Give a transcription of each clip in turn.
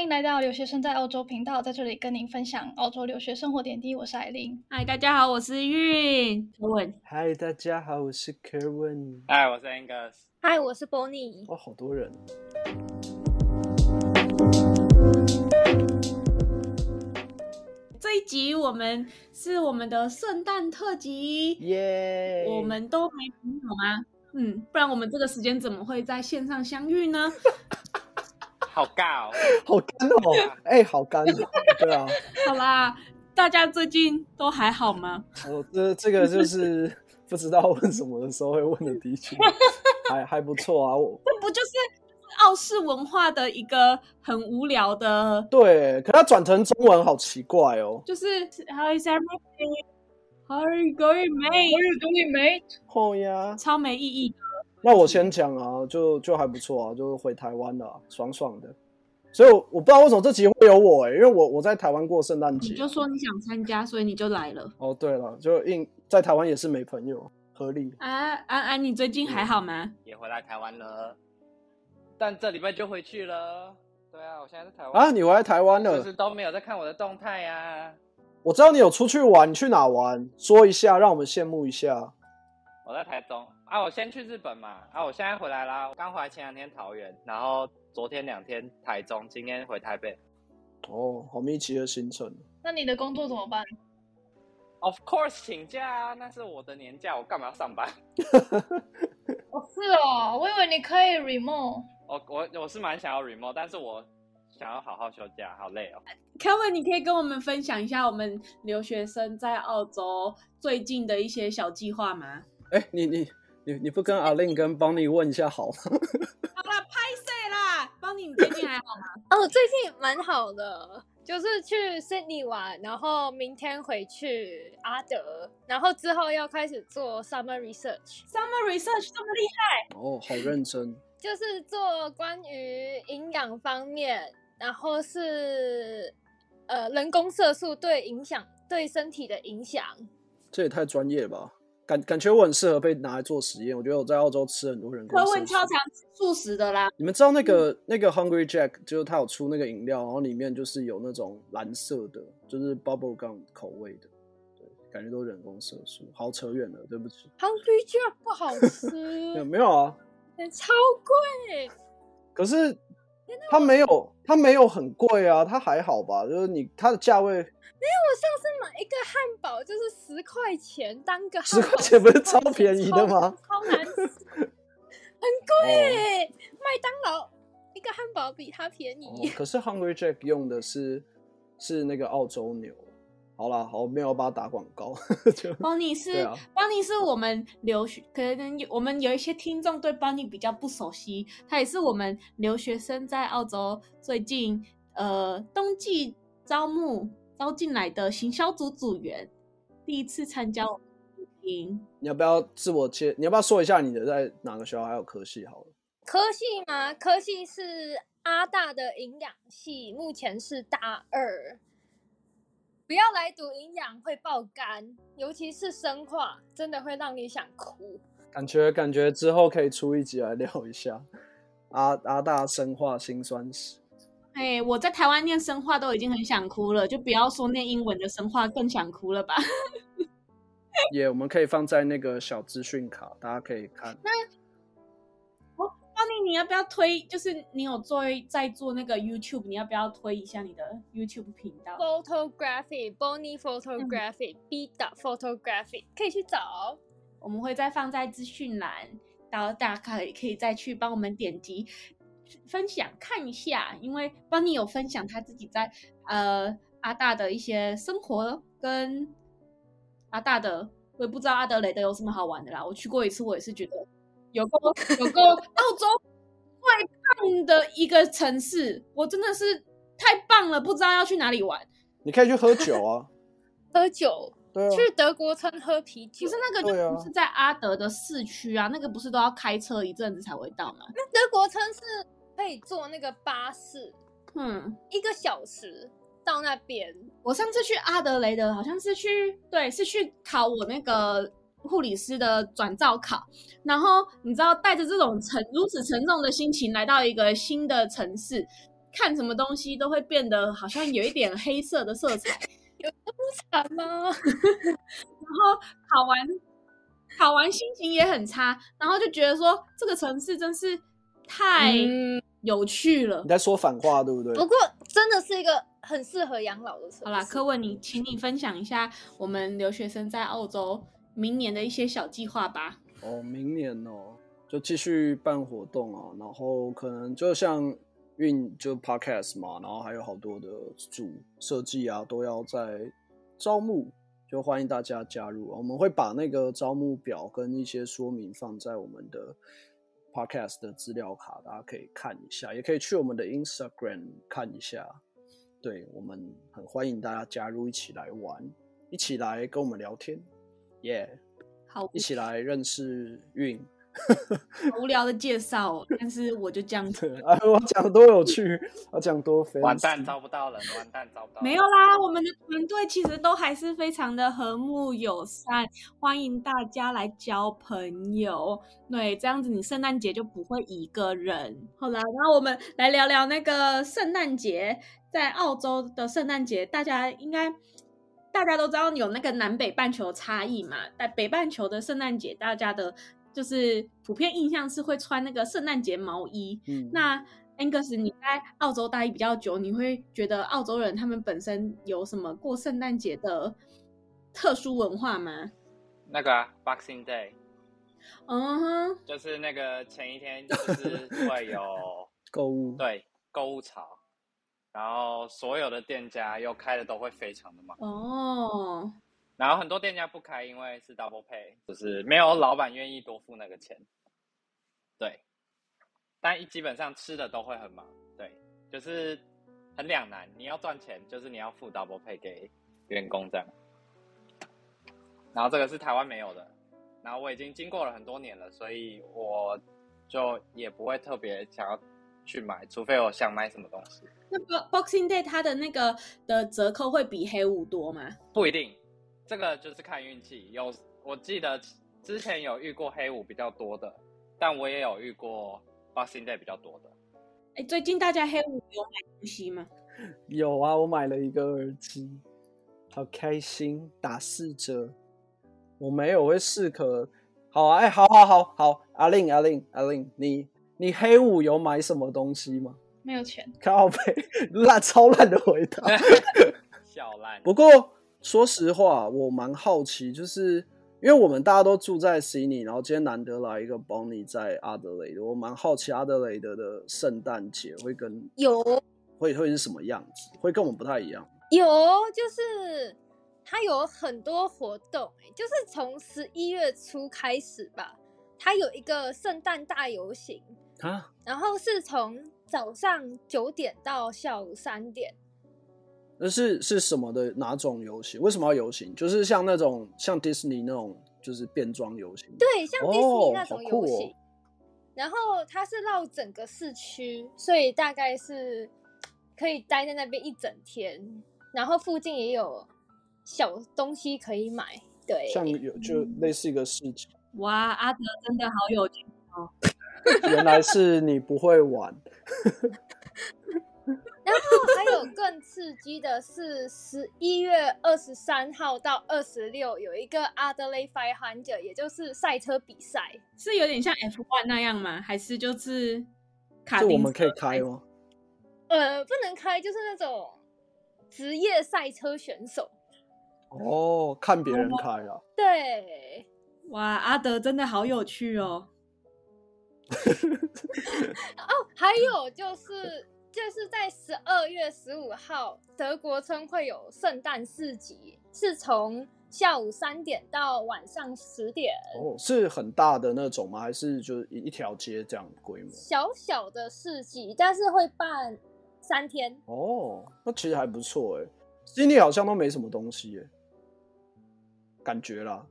迎来到留学生在澳洲频道，在这里跟您分享澳洲留学生活点滴。我是艾琳，嗨，大家好，我是韵。问，嗨，大家好，我是 Kerwin。嗨，哎我是 Angus。嗨，我是 Bonnie。哇，好多人！哦这一集我们是我们的圣诞特辑，耶、我们都没朋友吗？嗯，不然我们这个时间怎么会在线上相遇呢？好尬哦！好干哦，哎、好干哦，对啊，好啦，大家最近都还好吗？我这这个就是不知道问什么的时候会问的，的确还还不错啊。我这不就是澳式文化的一个很无聊的，对，可他转成中文好奇怪哦。就是是 How is everything？How are you going, mate？是中立梅。哦呀，超没意义的。那我先讲啊，就就还不错啊，就回台湾了、啊爽爽的。所以我，我不知道为什么这集会有我、欸，因为我我在台湾过圣诞节你。就说你想参加，所以你就来了。哦，对了，就硬在台湾也是没朋友，合理。啊，安安，你最近还好吗？也回来台湾了，但这礼拜就回去了。对啊，我现在在台湾啊，你回来台湾了？就是都没有在看我的动态啊。我知道你有出去玩，你去哪玩？说一下，让我们羡慕一下。我在台中啊，我先去日本嘛啊，我现在回来啦，我刚回来前两天桃园，然后昨天两天台中，今天回台北。哦，好密集的行程。那你的工作怎么办？ Of course，请假啊，那是我的年假，我干嘛要上班？ 哦，是哦，我以为你可以 remote。我我我是蛮想要 remote，但是我想要好好休假，好累哦。 Kevin，你可以跟我们分享一下我们留学生在澳洲最近的一些小计划吗？哎、你你你你不跟阿令跟邦尼问一下好吗？ 好啦，拍摄啦，帮你你最近还 好吗？哦，最近蛮好的，就是去悉尼玩，然后明天回去阿德，然后之后要开始做 summer research， Summer research 这么厉害，哦，好认真。就是做关于营养方面，然后是呃人工色素对影响对身体的影响。这也太专业了吧？感感觉我很适合被拿来做实验。我觉得我在澳洲吃很多人工科生文食超嗯常吃素食的 啦。你们知道那个、那个 Hungry Jack，就是他有出那个饮料，然后里面就是有那种蓝色的，就是 bubble gum 口味的，对，感觉都人工色素。好扯远了，对不起。 Hungry Jack 不好 没有吃，欸没有啊，超贵。可是它没有它没有很贵啊，它还好吧？就是你它的价位我上次买一个汉堡就是十块钱，当个汉10堡块钱不是10块超便宜的吗超超难吃，很哦贵。麦当劳一个汉堡比它便哦宜，可是 Hungry Jack 用的是是那个澳洲牛。好啦，好，没有把它打广告， 就邦尼对是嗯啊邦尼是我们留学，可能有我们有一些听众对邦尼比较不熟悉，他也是我们留学生在澳洲最近呃冬季招募招进来的行销组组员，第一次参加我们的营。你要不要自我介？你要不要说一下你的在哪个学校还有科系好了？科系吗？科系是阿大的营养系，目前是大二。不要来读营养会爆肝，尤其是生化，真的会让你想哭。感觉感觉之后可以出一集来聊一下阿阿大生化辛酸史。哎、我在台湾念生化都已经很想哭了，就不要说念英文的生化更想哭了吧？ 也、我们可以放在那个小资讯卡，大家可以看。邦尼，你要不要推？就是你有做在做那个 YouTube，你要不要推一下你的 YouTube 频道？ Photography, Bonnie Photography, Bida Photography，可以去找哦、我们会再放在资讯栏，然后大家可以可以再去帮我们点击分享看一下，因为邦尼有分享他自己在呃阿大的一些生活跟阿大的，我也不知道阿德雷德有什么好玩的啦。我去过一次，我也是觉得有够有 够澳洲最棒的一个城市，我真的是太棒了，不知道要去哪里玩。你可以去喝酒啊，喝酒，对啊，去德国村喝啤酒。可是那个对就啊不是在阿德的市区啊，那个不是都要开车一阵子才会到吗？那德国村是可以坐那个巴士，嗯，一个小时到那边。我上次去阿德雷德，好像是去对，是去考我那个护理师的转照考。然后你知道，带着这种沉如此沉重的心情来到一个新的城市，看什么东西都会变得好像有一点黑色的色彩。惨吗？考完考完心情也很差，然后就觉得说这个城市真是太嗯有趣了你。在说反话对不对？不过真的是一个很适合养老的城市。好啦，柯文，你请你分享一下我们留学生在澳洲明年的一些小计划吧。哦，明年哦，就继续办活动啊，然后可能就像运就 podcast 嘛，然后还有好多的主设计啊，都要在招募，就欢迎大家加入啊。我们会把那个招募表跟一些说明放在我们的 podcast 的资料卡，大家可以看一下，也可以去我们的 Instagram 看一下。对我们很欢迎大家加入，一起来玩，一起来跟我们聊天，耶、好无一起来认识 运。好无聊的介绍哦，但是我就这样子。对，哎，我讲多有趣，我讲多 fancy 完蛋，招不到人，完蛋，招不到人。没有啦，我们的团队其实都还是非常的和睦友善，欢迎大家来交朋友。对，这样子你圣诞节就不会一个人。好啦，然后我们来聊聊那个圣诞节，在澳洲的圣诞节，大家应该大家都知道有那个南北半球差异嘛。在北半球的圣诞节，大家的就是普遍印象是会穿那个圣诞节毛衣，嗯，那 Angus，你在澳洲待比较久，你会觉得澳洲人他们本身有什么过圣诞节的特殊文化吗？那个、啊、Boxing Day 嗯哼，就是那个前一天就是会有购物 对购物潮，然后所有的店家又开的都会非常的忙，哦，然后很多店家不开，因为是 double pay，就是没有老板愿意多付那个钱。对，但一基本上吃的都会很忙，对，就是很两难。你要赚钱，就是你要付 double pay 给员工这样。然后这个是台湾没有的，然后我已经经过了很多年了，所以我就也不会特别想要去买，除非我想买什么东西。那 Bo- Boxing Day 它的那个的折扣会比黑五多吗？不一定，这个就是看运气。有我记得之前有遇过黑五比较多的，但我也有遇过 Boxing Day 比较多的。哎，最近大家黑五有买东西吗？有啊，我买了一个耳机，好开心，打四折。我没有，我会适可。好啊，哎、好好好好，阿令阿令阿令，你你黑五有买什么东西吗？ 没有钱。靠背， 烂超烂的回答。笑烂，不过说实话，我蛮好奇，就是因为我们大家都住在悉尼，然后今天难得来一个 Bonnie 在阿德雷德，我蛮好奇阿德雷德的圣诞节会跟有会会是什么样子，会跟我们不太一样。有，就是它有很多活动、欸，就是从十一月初开始吧，它有一个圣诞大游行，啊，然后是从早上九点到下午三点。那是是什么的哪种游行？为什么要游行？就是像那种像 Disney 那种就是变装游行。对，像迪士尼哦那好种酷游哦戏。然后它是绕整个市区，所以大概是可以待在那边一整天。然后附近也有小东西可以买，对，像有就类似一个市集，哇，阿德真的好有趣，原来是你不会玩，然后还有更刺激的是，十一月二十三号到二十六有一个 Adelaide Five Hundred，也就是赛车比赛。是有点像 F1 那样吗？还是就是卡这我丁们可以车开吗？呃，不能开，就是那种职业赛车选手。哦，看别人开啊。对，哇，阿德真的好有趣哦！哦，还有就是就是在十二月十五号，德国村会有圣诞市集，是从下午三点到晚上十点，哦，是很大的那种吗？还是就是一一条街这样的规模？小小的市集，但是会办三天。哦，那其实还不错哎。悉尼好像都没什么东西哎，感觉啦，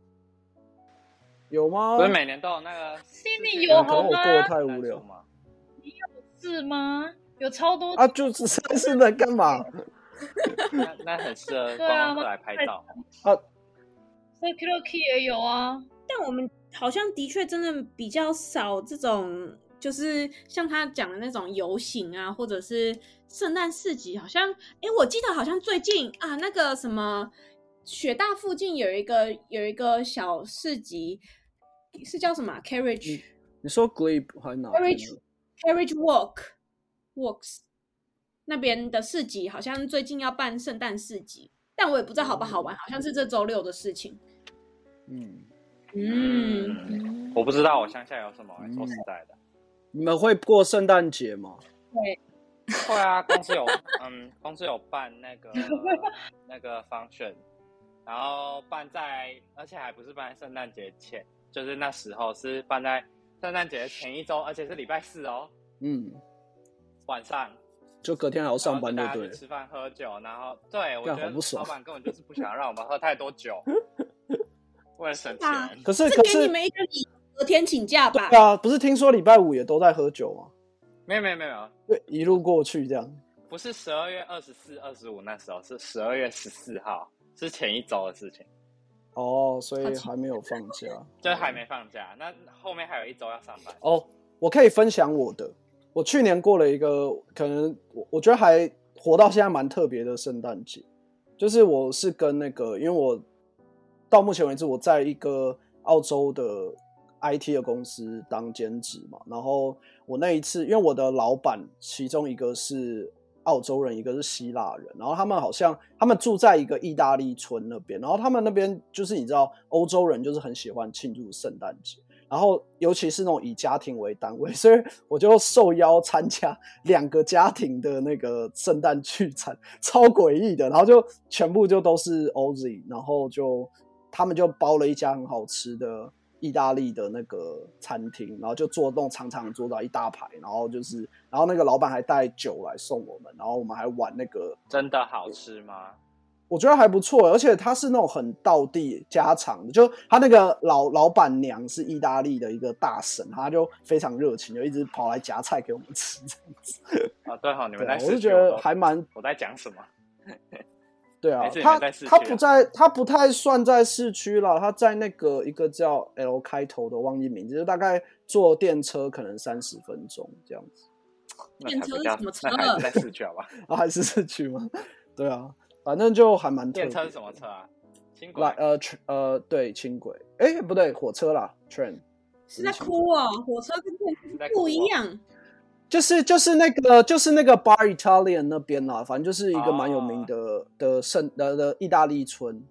有吗？不是每年都有那个悉尼世界有可能我好吗过得太无聊吗？是吗？有超多啊，就是三是能干 嘛？那那很适合对观啊光客来拍照。 c i r c u l o k e y 也有啊，但我们好像的确真的比较少这种就是像他讲的那种游行啊，或者是圣诞市集，好像诶，我记得好像最近啊，那个什么雪大附近有一个有一个小市集，是叫什么啊嗯 Carriage 你说 Glebe 还哪边 Carriage 的？ Carriage Walk Walks 那边的市集，好像最近要办圣诞市集，但我也不知道好不好玩，好像是这周六的事情。嗯，嗯，我不知道我乡下有什么、欸，说实在的。你们会过圣诞节吗？ 会啊，公司有，嗯，公司有办那 个那个 function，然后办在，而且还不是办在圣诞节前，就是那时候是办在圣诞节前一周，而且是礼拜四哦，嗯，晚上。就隔天还要上班就然后就对哦大家了去。吃饭喝酒，然后对我觉干得好不爽老板根本就是不想让我们喝太多 酒，为了省钱。啊可是这可给你是们一个理由隔天请假吧。对啊，不是听说礼拜五也都在喝酒吗？没有没有没有没有，对，一路过去这样。不是十二月二十四、二十五那时候，是十二月十四号，是前一周的事情，哦，所好以奇还没有放假， 就是还没放假。那后面还有一周要上班。嗯哦，我可以分享我的。我去年过了一个可能我我觉得还活到现在蛮特别的圣诞节，就是我是跟那个，因为我到目前为止我在一个澳洲的 IT 的公司当兼职嘛，然后我那一次因为我的老板其中一个是澳洲人，一个是希腊人，然后他们好像他们住在一个意大利村那边，然后他们那边就是你知道欧洲人就是很喜欢庆祝圣诞节。然后尤其是那种以家庭为单位， 所以我就受邀参加两个家庭的那个圣诞聚餐，超诡异的。然后就全部就都是 OZ，然后就他们就包了一家很好吃的意大利的那个餐厅，然后就坐那种长长的桌子啊一大排，然后就是，然后那个老板还带酒来送我们，然后我们还玩那个真的好吃吗？我觉得还不错，而且它是那种很道地家常的，就他那个老老板娘是意大利的一个大神，她就非常热情，就一直跑来夹菜给我们吃，这样子。啊，对哈、你们对啊在，我就市区觉我都，得还蛮我在讲什么？对啊还是，你他们在市区他啊不在，他不太算在市区啦，他在那个一个叫 L 开头的，忘记名字，就大概坐电车可能三十分钟这样子。那电才车不是叫什么车那还是在市区 好吧？啊，还是市区吗？ 对啊，反正就还蛮特电别。车是什么车？啊？轻轨来，呃，tr- 呃，对，轻轨，哎，不对，火车啦，train。是在哭哦，火车跟电是在车不一哭哦 样。就是就是那个就是那个 Bar Italian 那边啦，反正就是一个蛮有名的、的圣的的意大利村，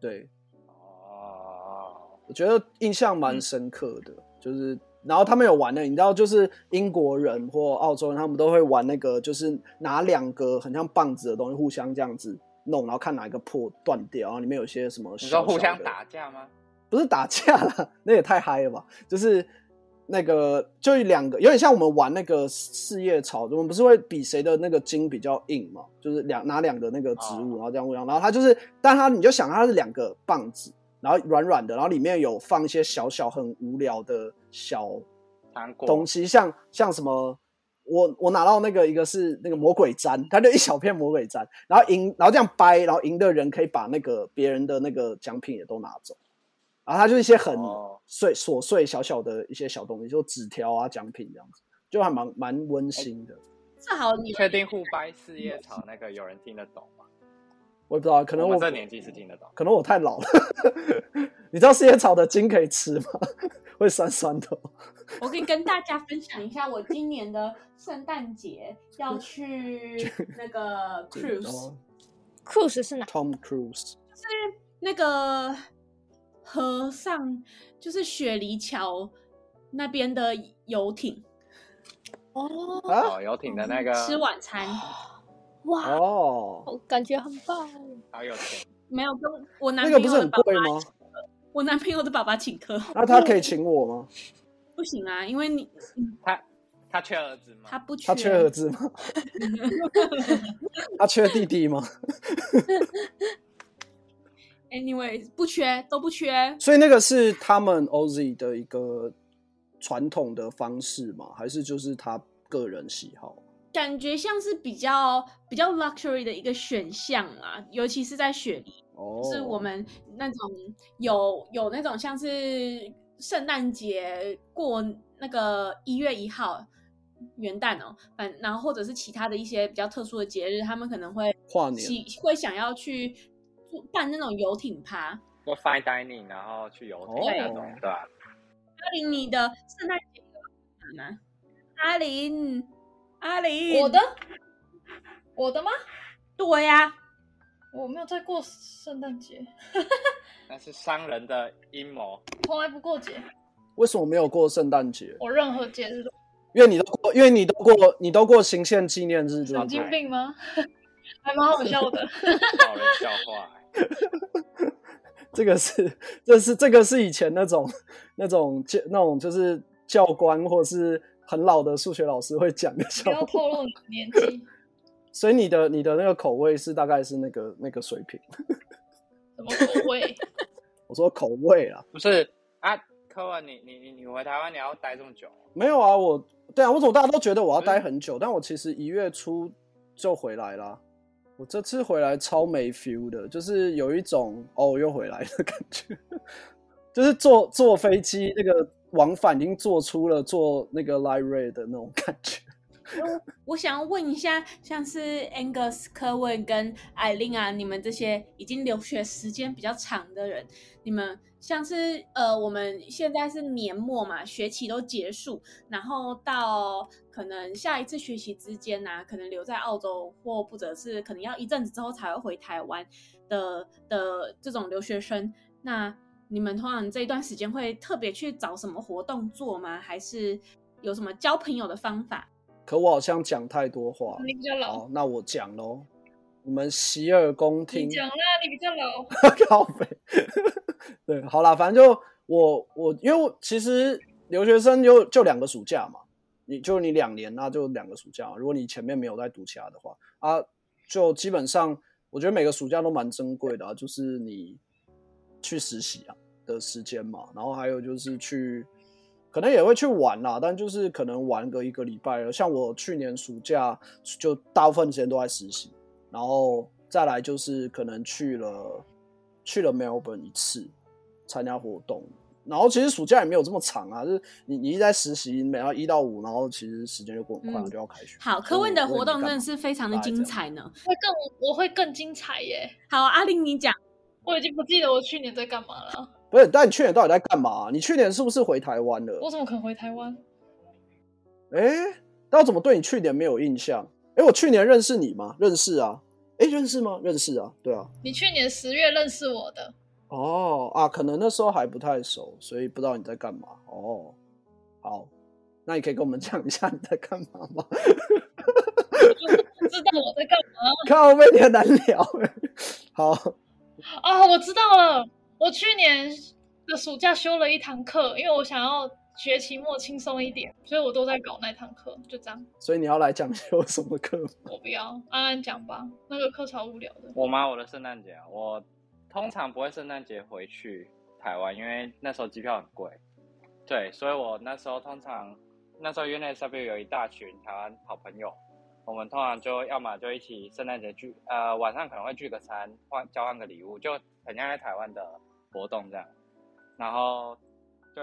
对哦，我觉得印象嗯蛮深刻的，就是然后他们有玩的，你知道，就是英国人或澳洲人他们都会玩那个，就是拿两个很像棒子的东西互相这样子弄，然后看哪一个破断掉，然后里面有些什么你小说小互相的打架吗？不是打架啦， 那也太嗨了吧！就是那个，就两个，有点像我们玩那个四叶草，我们不是会比谁的那个茎比较硬嘛？就是两拿两个那个植物，然后这样互相，然后它就是，但它你就想它是两个棒子，然后软软的，然后里面有放一些小小很无聊的小糖果东西，像像什么，我我拿到那个一个是那个魔鬼毡，它就一小片魔鬼毡，然后赢，然后这样掰，然后赢的人可以把那个别人的那个奖品也都拿走，然后它就一些很哦碎琐碎小小的一些小东西，就纸条啊奖品这样子，就还蛮蛮哎温馨的。正好你确定互掰四叶草那个有人听得懂吗？我也不知道，可能我我们这年纪是听得懂。可能我太老了。 你知道四叶草的茎可以吃吗？ 会酸酸的哦。我可以跟大家分享一下，我今年的圣诞 节要去那个 cruise，哦 Cruise 是哪？ Tom Cruise，那个河上就是雪梨桥那边的游艇哦，啊哦，游艇的那个嗯吃晚餐， 哇，哦，我感觉很棒。哦好有钱，没有跟我男那朋个不是友的很爸爸贵吗？我男朋友的爸爸请客，那他可以请我吗？不行啊，因为你他缺儿子吗？他不他缺儿子吗？ 他缺弟弟吗？ ，anyway 不缺都不缺，所以那个是他们 OZ 的一个传统的方式吗？还是就是他个人喜好？感觉像是比较比较 luxury 的一个选项啊，尤其是在雪梨。哦，就是我们那种有有那种像是圣诞节过那个一月一号元旦哦，反然后或者是其他的一些比较特殊的节日，他们可能会跨年喜会想要去做办那种游艇趴。就 fine dining，然后去游艇哦那种，对吧、阿林，你的圣诞节有吗？阿林，阿林，我的，我的吗？对啊呀、我没有在过圣诞节，那是商人的阴谋。从来不过节，为什么没有过圣诞节？我任何节日都因为你都过，因为你都过，你都过行宪纪念日，对神不经对？病吗？还蛮好笑 的。老人笑话、这个是，这是这个是以前那种那种教那种就是教官或是很老的数学老师会讲的不笑要话，透露你的年纪，所以你的你的那个口味是大概是那个那个水平。什么口 味？我说口味啊，不是啊，科文，你你你你回台湾你要待这么久，没有啊，我对啊，我怎么大家都觉得我要待很久，但我其实一月初就回来啦。我这次回来超没 feel 的，就是有一种哦又回来的感觉，就是坐坐飞机那个往返已经做出了坐那个 light ray 的那种感觉。我想要问一下，像是 Angus、科文跟艾琳啊，你们这些已经留学时间比较长的人，你们像是呃，我们现在是年末嘛，学期都结束，然后到可能下一次学期之间呢、啊可能留在澳洲或或者是可能要一阵子之后才会回台湾的的这种留学生，那你们通常这一段时间会特别去找什么活动做吗？还是有什么交朋友的方法？可我好像讲太多话了，你比较老，好，那我讲喽。你们洗耳恭你听，讲啦，你比较老。 靠北。对，好啦，反正就我我，因为我其实留学生就就两个暑假嘛，你就你两年那就两个暑假嘛，如果你前面没有在读其他的话啊，就基本上我觉得每个暑假都蛮珍贵的、啊，就是你去实习啊的时间嘛，然后还有就是去。可能也会去玩啦，但就是可能玩个一个礼拜了。像我去年暑假就大部分时间都在实习，然后再来就是可能去了去了 Melbourne 一次参加活动，然后其实暑假也没有这么长啊，就是你你一直在实习，每到一到五，然后其实时间就过很快，啊嗯就要开学。好，科所以问的我也活没动真干的嘛是非常的精彩呢。会更我会更精彩耶！好，阿玲你讲，我已经不记得我去年在干嘛了。不是？但你去年到底在干嘛、你去年是不是回台湾我了？怎么可能回台湾？哎，那我怎么对你去年没有印象？哎，我去年认识你吗？认识啊。哎，认识吗？认识啊，对啊。你去年十月认识我的，哦啊，可能那时候还不太熟，所以不知道你在干嘛。哦，好，那你可以跟我们讲一下你在干嘛 吗？不知道我在干嘛靠背，你很难聊。 好，哦，我知道了，我去年的暑假修了一堂课，因为我想要学期末轻松一点，所以我都在搞那堂课，就这样。所以你要来讲修什么课吗？我不要，安安讲吧，那个课超无聊的。我吗？我的圣诞节啊，我通常不会圣诞节回去台湾，因为那时候机票很贵。对，所以我那时候通常那时候 UNSW 有一大群台湾好朋友，我们通常就要么就一起圣诞节聚，呃，晚上可能会聚个餐，换交换个礼物，就很像在台湾的活动这样。然后就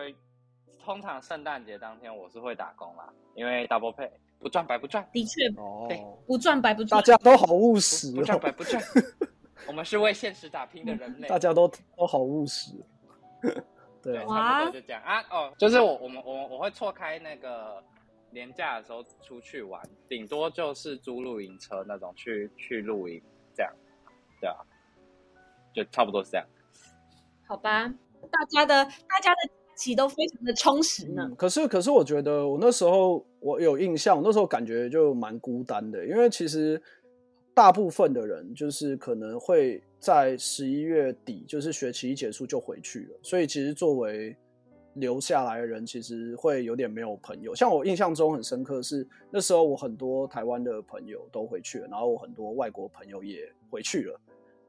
通常圣诞节当天我是会打工啦，因为 double pay 不赚白不赚，的确对哦，不赚白不大赚。家都好务实不不赚哦，白 不赚。我们是为现实打拼的人类。嗯大家都都好务实。 对对，啊，差哇不多就这样啊。哦，就是我我们我我会错开那个年假的时候出去玩，顶多就是租露营车那种去去露营这样，对啊，就差不多是这样。好吧，大家的大家的假期都非常的充实呢。嗯，可是可是我觉得我那时候我有印象，我那时候感觉就蛮孤单的，因为其实大部分的人就是可能会在十一月底，就是学期一结束就回去了，所以其实作为留下来的人，其实会有点没有朋友。像我印象中很深刻是那时候我很多台湾的朋友都回去了，然后我很多外国朋友也回去了，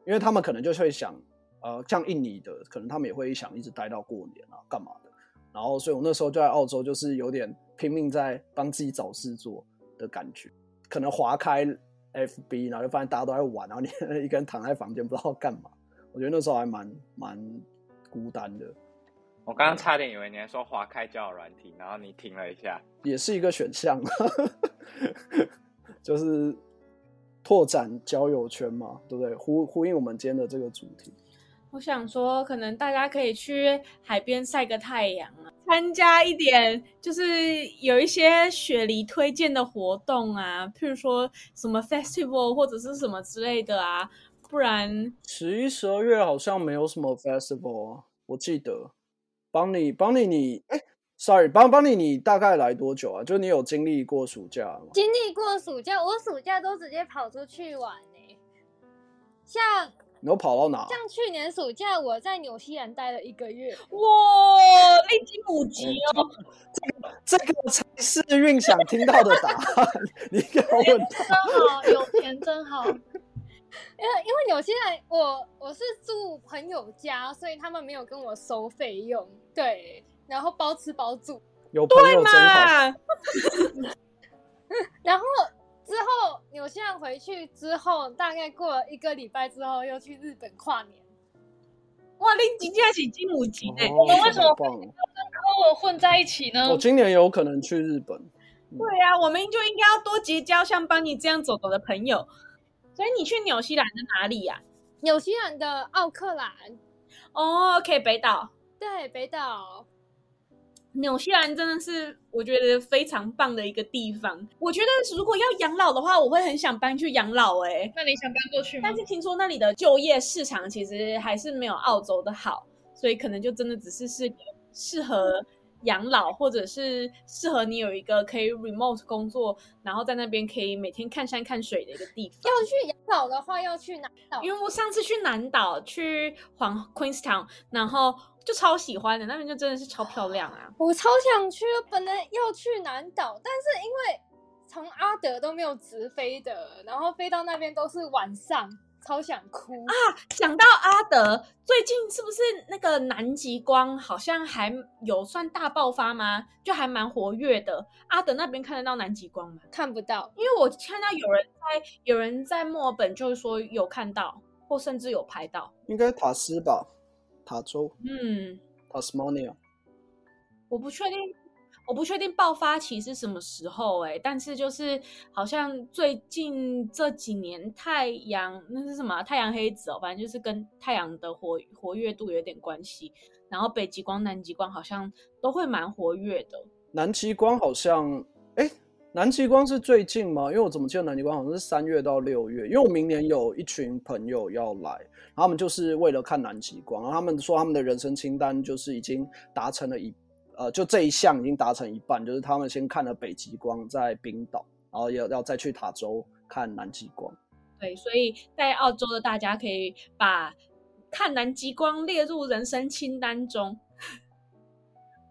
因为他们可能就会想，呃，像印尼的，可能他们也会想一直待到过年啊，干嘛的。然后所以我那时候就在澳洲，就是有点拼命在帮自己找事做的感觉，可能划开 FB，然后就发现大家都在玩，然后你 一个人躺在房间不知道干嘛，我觉得那时候还蛮蛮孤单的。我刚刚差点以为你还说划开交友软体，然后你停了一下。也是一个选项， 就是拓展交友圈嘛，对不对？呼呼应我们今天的这个主题。我想说，可能大家可以去海边晒个太阳啊，参加一点就是有一些雪梨推荐的活动啊，譬如说什么 festival 或者是什么之类的啊，不然十一、十二月好像没有什么 festival 啊，我记得。帮你，帮你，你，哎，sorry，帮帮你，你大概来多久啊？就你有经历过暑假吗？经历过暑假，我暑假都直接跑出去玩呢、像你都跑到哪？像去年暑假，我在纽西兰待了一个月，哇，历经五级哦，这个才是运想听到的答案。你给我问他，真好，有钱真好。因为因为纽西兰我我是住朋友家，所以他们没有跟我收费用，对，然后包吃包住， 有朋友真好。嘛，然后之后纽西兰回去之后，大概过了一个礼拜之后，又去日本跨年。哇，令吉加起进五级呢，哦，为什么好棒哦跟我混在一起呢我？今年有可能去日本。对呀、啊，我们就应该要多结交像邦尼这样走狗的朋友。所以你去纽西兰的哪里啊呀、纽西兰的奥克兰，哦、o k 北岛。对，北岛，纽西兰真的是我觉得非常棒的一个地方。我觉得如果要养老的话，我会很想搬去养老哎、那你想搬过去吗但？是听说那里的就业市场其实还是没有澳洲的好，所以可能就真的只是是适合养老，或者是适合你有一个可以 remote 工作，然后在那边可以每天看山看水的一个地方。要去养老的话要去哪岛？因为我上次去南岛去黄 Queenstown，然后就超喜欢的，那边就真的是超漂亮啊。我超想去，本来要去南岛，但是因为从阿德都没有直飞的，然后飞到那边都是晚上，超想哭啊！讲到阿德，最近是不是那个南极光好像还有算大爆发吗？就还蛮活跃的。阿德那边看得到南极光吗？看不到，因为我看到有人在有人在墨尔本就是说有看到，或甚至有拍到。应该塔斯吧，塔州嗯， （Tasmania）。我不确定，我不确定爆发期是什么时候哎、但是就是好像最近这几年太阳那是什么啊太阳黑子哦，反正就是跟太阳的活活跃度有点关系。然后北极光、南极光好像都会蛮活跃的。南极光好像，哎、南极光是最近吗？因为我怎么记得南极光好像是三月到六月，因为我明年有一群朋友要来，然后他们就是为了看南极光，然后他们说他们的人生清单就是已经达成了一，呃，就这一项已经达成一半，就是他们先看了北极光在冰岛，然后要要再去塔州看南极光。对，所以在澳洲的大家可以把看南极光列入人生清单中，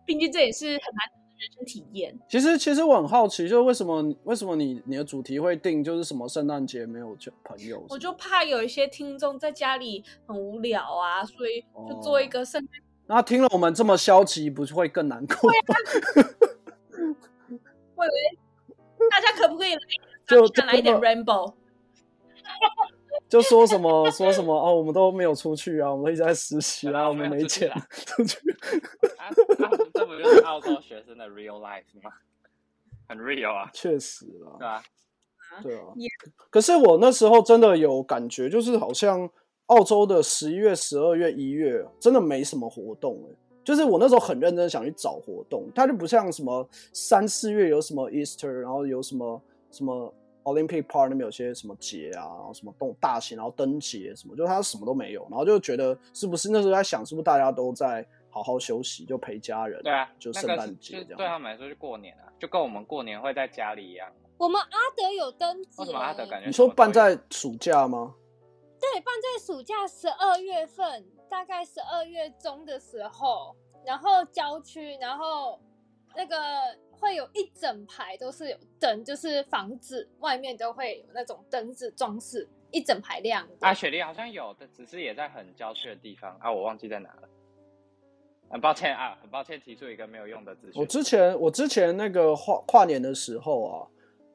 毕竟这也是很难得的人生体验。其实，其实我很好奇，就是为什么为什么你你的主题会定就是什么圣诞节没有就朋友？我就怕有一些听众在家里很无聊啊，所以就做一哦个圣诞、那听了我们这么消极，不是会更难过？大家可不可以来就上来一点就 rainbow？就说什么 说什么哦，我们都没有出去啊，我们都一直在实习啊，我我们们没钱 出去。啊啊，这不就是澳洲学生的 real life 吗？很 real 啊，确实对啦，吧、对啊也。可是我那时候真的有感觉，就是好像澳洲的十一月、十二月、一月真的没什么活动哎、就是我那时候很认真想去找活动，它就不像什么三四月有什么 Easter，然后有什么什么 Olympic Park 那边有些什么节啊，然后什么动大型，然后灯节什么，就它什么都没有，然后就觉得是不是那时候在想，是不是大家都在好好休息，就陪家人，对啊，就那圣个诞是节就这对样。他们来说是过年啊，就跟我们过年会在家里一样。我们阿德有哦灯节，为什么阿德感觉你说什么都办有在暑假吗？对，办在暑假十二月份，大概十二月中的时候，然后郊区，然后那个会有一整排都是有灯，就是房子外面都会有那种灯饰装饰，一整排亮的。啊，雪梨好像有的，只是也在很郊区的地方啊，我忘记在哪了。很抱歉啊，很抱歉提出一个没有用的资讯。我之前我之前那个跨跨年的时候啊，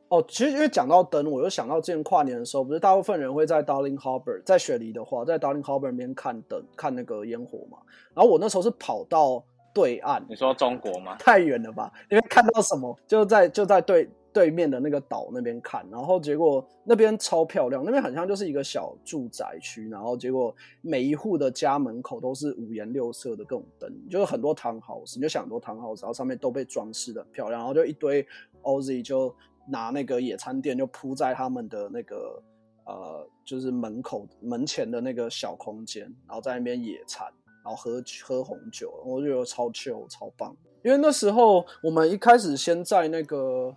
哦，其实因为讲到灯，我又想到之前跨年的时候，不是大部分人会在 Darling Harbour，在雪梨的话，在 Darling Harbour 那边看灯，看那个烟火嘛。然后我那时候是跑到对岸，你说中国吗？太远了吧？你会看到什么？就在就在对对面的那个岛那边看，然后结果那边超漂亮，那边很像就是一个小住宅区，然后结果每一户的家门口都是五颜六色的各种灯，就是很多 town house，你就想很多 town house，然后上面都被装饰的很漂亮，然后就一堆 Ozzy 就拿那个野餐垫就铺在他们的那个。呃，就是门口门前的那个小空间，然后在那边野餐，然后喝喝红酒，我就觉得超 chill 超棒。因为那时候我们一开始先在那个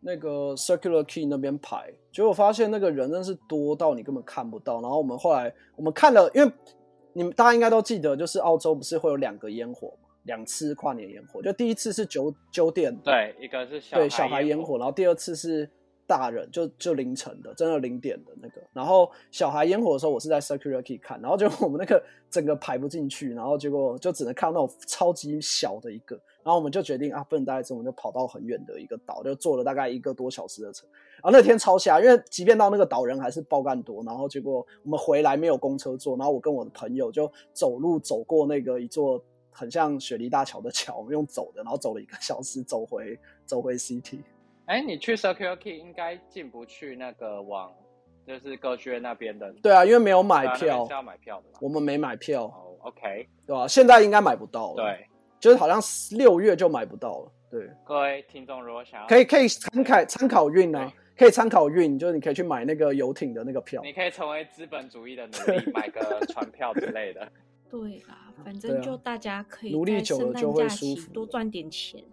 那个 Circular Key 那边排，结果发现那个人真是多到你根本看不到。然后我们后来我们看了，因为你们大家应该都记得，就是澳洲不是会有两个烟火嘛，两次跨年烟火，就第一次是九九点对，一个是小对小孩烟火，火，然后第二次是大人，就就凌晨的，真的零点的那个。然后小孩烟火的时候，我是在 Circular Key 看，然后结果我们那个整个排不进去，然后结果就只能看到那种超级小的一个。然后我们就决定啊，不能待在这，我们就跑到很远的一个岛，就坐了大概一个多小时的车。然后那天超瞎，因为即便到那个岛人还是爆干多，然后结果我们回来没有公车坐，然后我跟我的朋友就走路走过那个一座很像雪梨大桥的桥，我 们用走的，然后走了一个小时走回走回 CT。哎，你去 Circular Key 应该进不去那个往，就是歌剧院那边的。对啊，因为没有买对啊票那边是，要买票的嘛。我们没买票，哦，OK，对吧、现在应该买不到了，，对，就是好像六月就买不到了，对，各位听众如果想要，可以可以参考参考运啊，可以参考运，就是你可以去买那个游艇的那个票你，可以成为资本主义的奴 隶，买个船票之类的。对啦，反对正啊就大家可以努力在久了圣就诞会假舒期服多的赚点钱，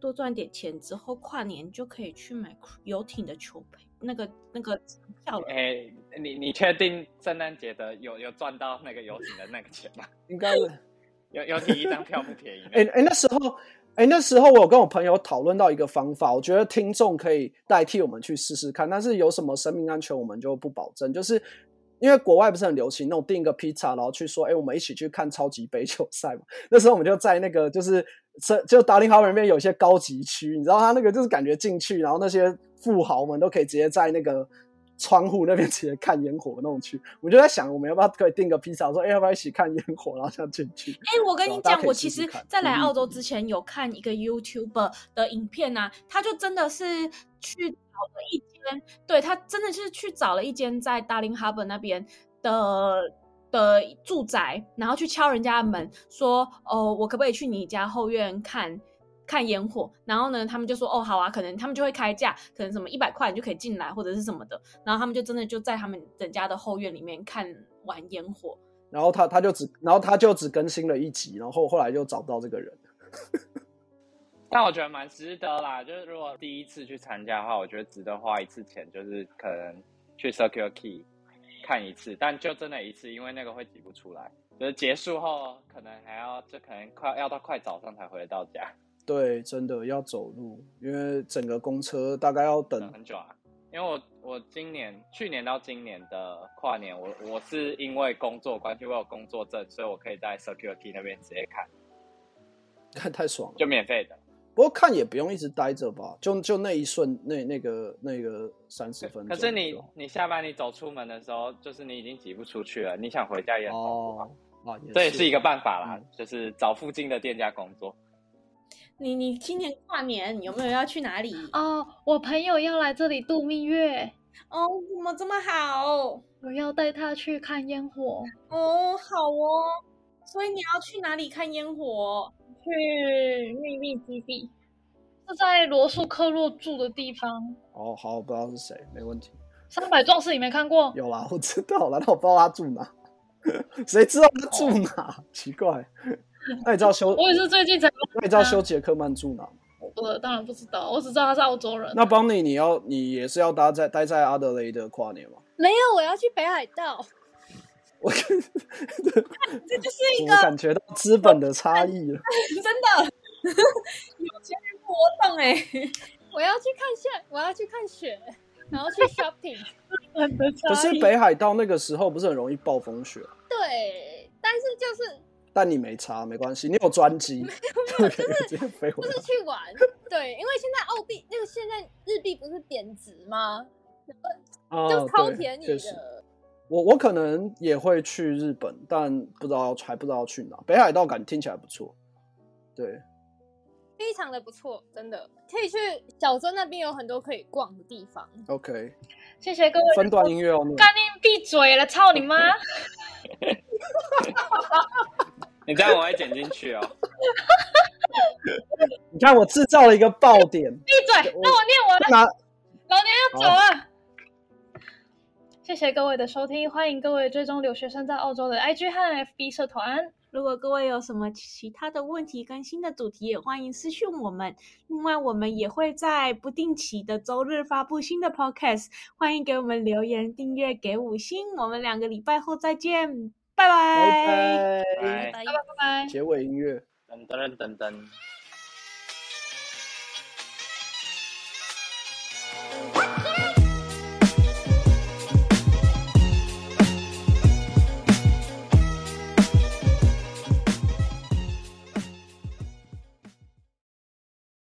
多赚点钱之后，跨年就可以去买游艇的球票，那个那个票了。哎，你你确定圣诞节的有有赚到那个游艇的那个钱吗？应该是。游游艇一张票不便宜呢。 哎、哎、那时候，哎、那时候我有跟我朋友讨论到一个方法，我觉得听众可以代替我们去试试看，但是有什么生命安全我们就不保证，就是。因为国外不是很流行那种订一个披萨，然后去说，哎、我们一起去看超级杯球赛嘛。那时候我们就在那个就是这就达林豪那边有一些高级区，你知道他那个就是感觉进去，然后那些富豪们都可以直接在那个窗户那边 直接看烟火那种区。我就在想，我们要不要可以订个披萨，说，哎、要不要一起看烟火，然后这样进去？哎、我跟对你啊大家讲，可以我试其试实看在来嗯澳洲之前有看一个 YouTuber 的影片啊，他就真的是去找了一间，对他真的是去找了一间在达林哈本那边的。的住宅，然后去敲人家的门，说：“哦，我可不可以去你家后院看看烟火？”然后呢，他们就说：“哦，好啊，可能他们就会开价，可能什么一百块你就可以进来，或者是什么的。”然后他们就真的就在他们人家的后院里面看完烟火，然后他他就只然后他就只更新了一集，然后后来就找不到这个人。但我觉得蛮值得啦，就是如果第一次去参加的话，我觉得值得花一次钱，就是可能去 Circular Key 看一次，但就真的一次，因为那个会挤不出来，就是结束后可能还要，就可能快要到快早上才回得到家，对，真的要走路，因为整个公车大概要等等。很久啊。因为我我今年去年到今年的跨年，我我是因为工作关系，我有工作证，所以我可以在 Circular Key 那边直接看，看 太爽了，就免费的，不过看也不用一直待着吧，就就那一瞬，那那个那个三十分钟就可好。是你你下班你走出门的时候，就是你已经挤不出去了，你想回家也很痛苦啊哦啊，也这也是一个办法啦，嗯就是找附近的店家工作。你你今年跨年有没有要去哪里？哦，我朋友要来这里度蜜月，哦，怎么这么好？我要带他去看烟火，哦，好哦。所以你要去哪里看烟火？去秘密基地，是在罗素克洛住的地方。哦，好，我不知道是谁，没问题。三百壮士你没看过？有啦，我知道啦，但我不知道他住哪， 谁知道他住哪？ 奇怪。那你知道修？哦我也是最近才那你知道修杰克曼住哪吗？我当然不知道，我只知道他是澳洲人。那邦尼，你要你也是要待在待在阿德雷德跨年吗？没有，我要去北海 道。我 跟这就是一我个感觉到资本的差异了。真的有钱人活动哎、欸我要去看雪，我要去看雪，然后去 shopping。 可是北海道那个时候不是很容易暴风雪，对，但是就是但你没差，没关系，你有专机， 就可以直接飞回就是来。去玩。对，因为现在澳币那个现在日币不是贬值吗？啊就超对便宜确实的。我我可能也会去日本，但不知道还不知道去哪。北海道感觉听起来不错，对，非常的不错，真的可以去小镇那边有很多可以逛的地方。 OK，谢谢各位。分哦段音乐哦，你干你闭嘴了，操你妈！你这样我会剪进去哦。你看我制造了一个爆 点，闭嘴，我让我念完了。那老娘要走哦了。谢谢各位的收听，欢迎各位追踪留学生在澳洲的 IG 和 FB 社团。如果各位有什么其他的问题跟新的主题，也欢迎私讯我们。另外，我们也会在不定期的周日发布新的 podcast，欢迎给我们留言、订阅、给五星。我们两个礼拜后再见，拜拜拜，拜，拜拜。结尾音乐。噔噔噔噔。